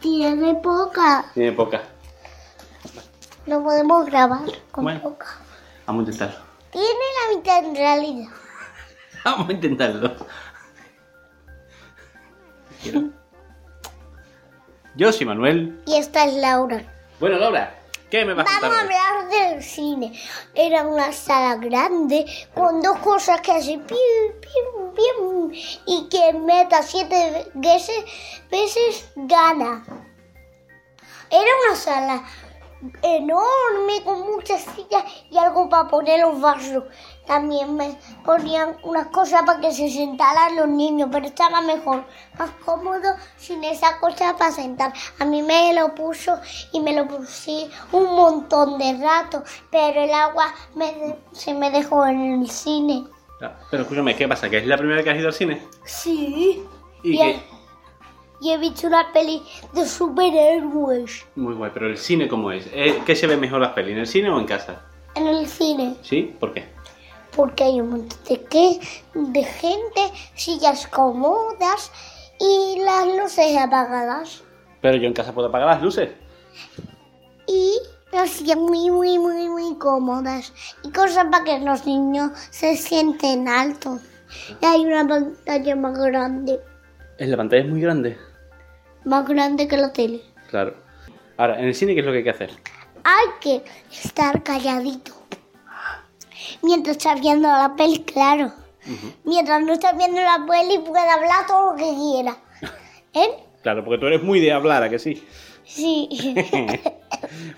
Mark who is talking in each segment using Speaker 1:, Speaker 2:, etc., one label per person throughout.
Speaker 1: tiene poca.
Speaker 2: Tiene poca.
Speaker 1: No podemos grabar con
Speaker 2: Bueno.
Speaker 1: poca.
Speaker 2: Vamos a intentarlo.
Speaker 1: Tiene la mitad en realidad.
Speaker 2: Vamos a intentarlo. Yo soy Manuel.
Speaker 1: Y esta es Laura.
Speaker 2: Bueno, Laura, ¿qué me vas a
Speaker 1: Vamos a
Speaker 2: contar? hoy?
Speaker 1: hablar del cine. Era una sala grande con dos cosas que hacen piu, piu, piu, y que meta siete veces, veces gana. Era una sala enorme con muchas sillas y algo para poner los vasos. También me ponían unas cosas para que se sentaran los niños, pero estaba mejor, más cómodo sin esa cosa para sentar. A mí me lo puso y me lo puse un montón de rato, pero el agua me de- se me dejó en el cine.
Speaker 2: Ah, Pero escúchame, ¿qué pasa? ¿Que es la primera vez que has ido al cine?
Speaker 1: Sí.
Speaker 2: Y
Speaker 1: Bien.
Speaker 2: que...
Speaker 1: Y he visto una peli de superhéroes
Speaker 2: Muy guay, pero el cine cómo es? Eh, ¿Qué se ve mejor las pelis, en el cine o en casa?
Speaker 1: en el cine.
Speaker 2: ¿Sí? ¿Por qué?
Speaker 1: porque hay un montón de, que, de gente, sillas cómodas y las luces apagadas.
Speaker 2: Pero yo en casa puedo apagar las luces.
Speaker 1: Y las sillas muy, muy, muy, muy cómodas. Y cosas para que los niños se sienten altos. Y hay una pantalla más grande,
Speaker 2: Es la pantalla es muy grande.
Speaker 1: más grande que la tele.
Speaker 2: Claro. Ahora, en el cine, ¿qué es lo que hay que hacer?
Speaker 1: Hay que estar calladito. Mientras estás viendo la peli, claro. Mientras no estás viendo la peli, puede hablar todo lo que quiera. ¿Eh?
Speaker 2: Claro, porque tú eres muy de hablar, ¿a que sí?
Speaker 1: Sí.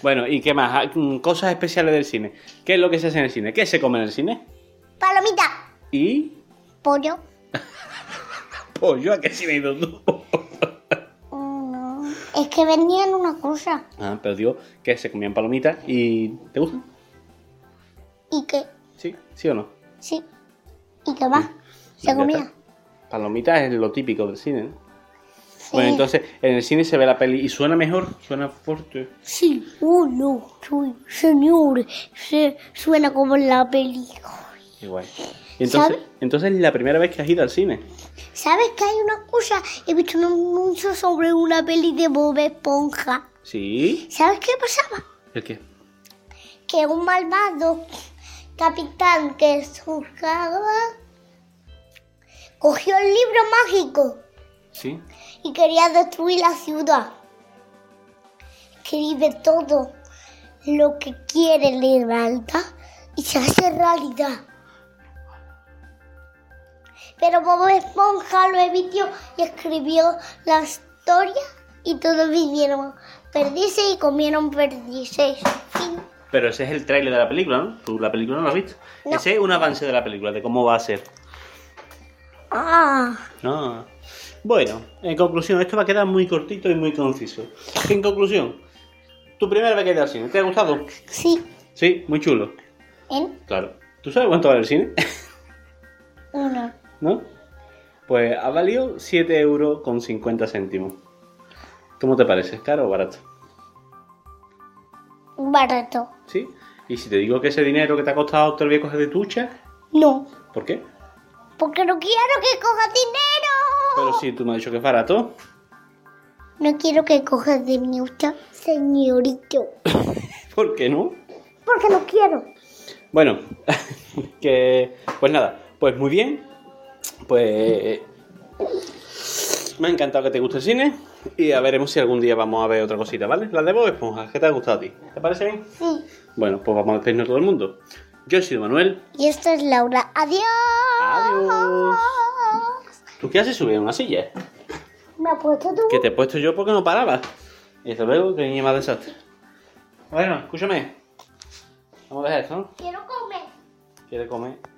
Speaker 2: Bueno, ¿y qué más? Ah, mm, Cosas especiales del cine. ¿Qué es lo que se hace en el cine? ¿Qué se come en el cine?
Speaker 1: Palomita,
Speaker 2: Y...
Speaker 1: pollo.
Speaker 2: Pollo, ¿a qué cine has ido tú?
Speaker 1: No, Mm, es que venían una cosa.
Speaker 2: ah, pero digo que se comían palomitas y... ¿Te gustan?
Speaker 1: ¿Y que
Speaker 2: ¿Sí? ¿Sí o no?
Speaker 1: Sí. ¿Y qué más? Se
Speaker 2: Ya
Speaker 1: comía.
Speaker 2: está. Palomitas es lo típico del cine, ¿no?
Speaker 1: Sí.
Speaker 2: Bueno, entonces, en el cine se ve la peli y suena mejor, suena fuerte.
Speaker 1: Sí. Oh, no. soy- señor. Se suena como en la peli.
Speaker 2: Igual. Y entonces,
Speaker 1: ¿Sabe? entonces
Speaker 2: entonces es la primera vez que has ido al cine.
Speaker 1: ¿Sabes que hay una cosa? He visto un anuncio sobre una peli de Bob Esponja.
Speaker 2: ¿Sí?
Speaker 1: ¿Sabes qué pasaba?
Speaker 2: ¿El qué?
Speaker 1: Que un malvado capitán que surcaba cogió el libro mágico.
Speaker 2: ¿Sí?
Speaker 1: y quería destruir la ciudad. Escribe todo lo que quiere Libertad y se hace realidad. Pero Bob Esponja lo evitó y escribió la historia y todos vivieron perdices y comieron perdices. Fin.
Speaker 2: Pero ese es el tráiler de la película, ¿no? Tú la película no la has visto.
Speaker 1: No.
Speaker 2: Ese es un avance de la película, de cómo va a ser.
Speaker 1: Ah,
Speaker 2: No. Bueno, en conclusión, esto va a quedar muy cortito y muy conciso. En conclusión, tu primera vez que has ido al cine, ¿te ha gustado?
Speaker 1: sí.
Speaker 2: Sí, muy chulo.
Speaker 1: ¿En?
Speaker 2: Claro. ¿Tú sabes cuánto vale el cine?
Speaker 1: Una.
Speaker 2: ¿No? Pues ha valido 7 euros con 50 céntimos. ¿Cómo te parece? ¿Caro o barato?
Speaker 1: Barato.
Speaker 2: ¿Sí? Y si te digo que ese dinero que te ha costado te lo voy a coger de tucha,
Speaker 1: No.
Speaker 2: ¿por qué?
Speaker 1: Porque no quiero que coja dinero.
Speaker 2: Pero si tú me has dicho que es barato.
Speaker 1: No quiero que cojas de mi hucha, señorito.
Speaker 2: ¿Por qué no?
Speaker 1: Porque no quiero.
Speaker 2: Bueno, que pues nada, pues muy bien. Pues me ha encantado que te guste el cine y a veremos si algún día vamos a ver otra cosita, ¿vale? La de Bob Esponja, ¿qué te ha gustado a ti? ¿Te parece bien?
Speaker 1: Sí.
Speaker 2: Bueno, pues vamos a despedirnos todo el mundo. Yo he sido Manuel.
Speaker 1: Y esta es Laura. Adiós.
Speaker 2: Adiós. ¿Tú qué haces subido en una silla?
Speaker 1: Me ha puesto tu
Speaker 2: Que te he puesto yo porque no parabas. Y hasta luego que ni más desastre. Bueno, escúchame. Vamos a dejar esto, ¿no?
Speaker 1: Quiero comer.
Speaker 2: ¿Quieres comer?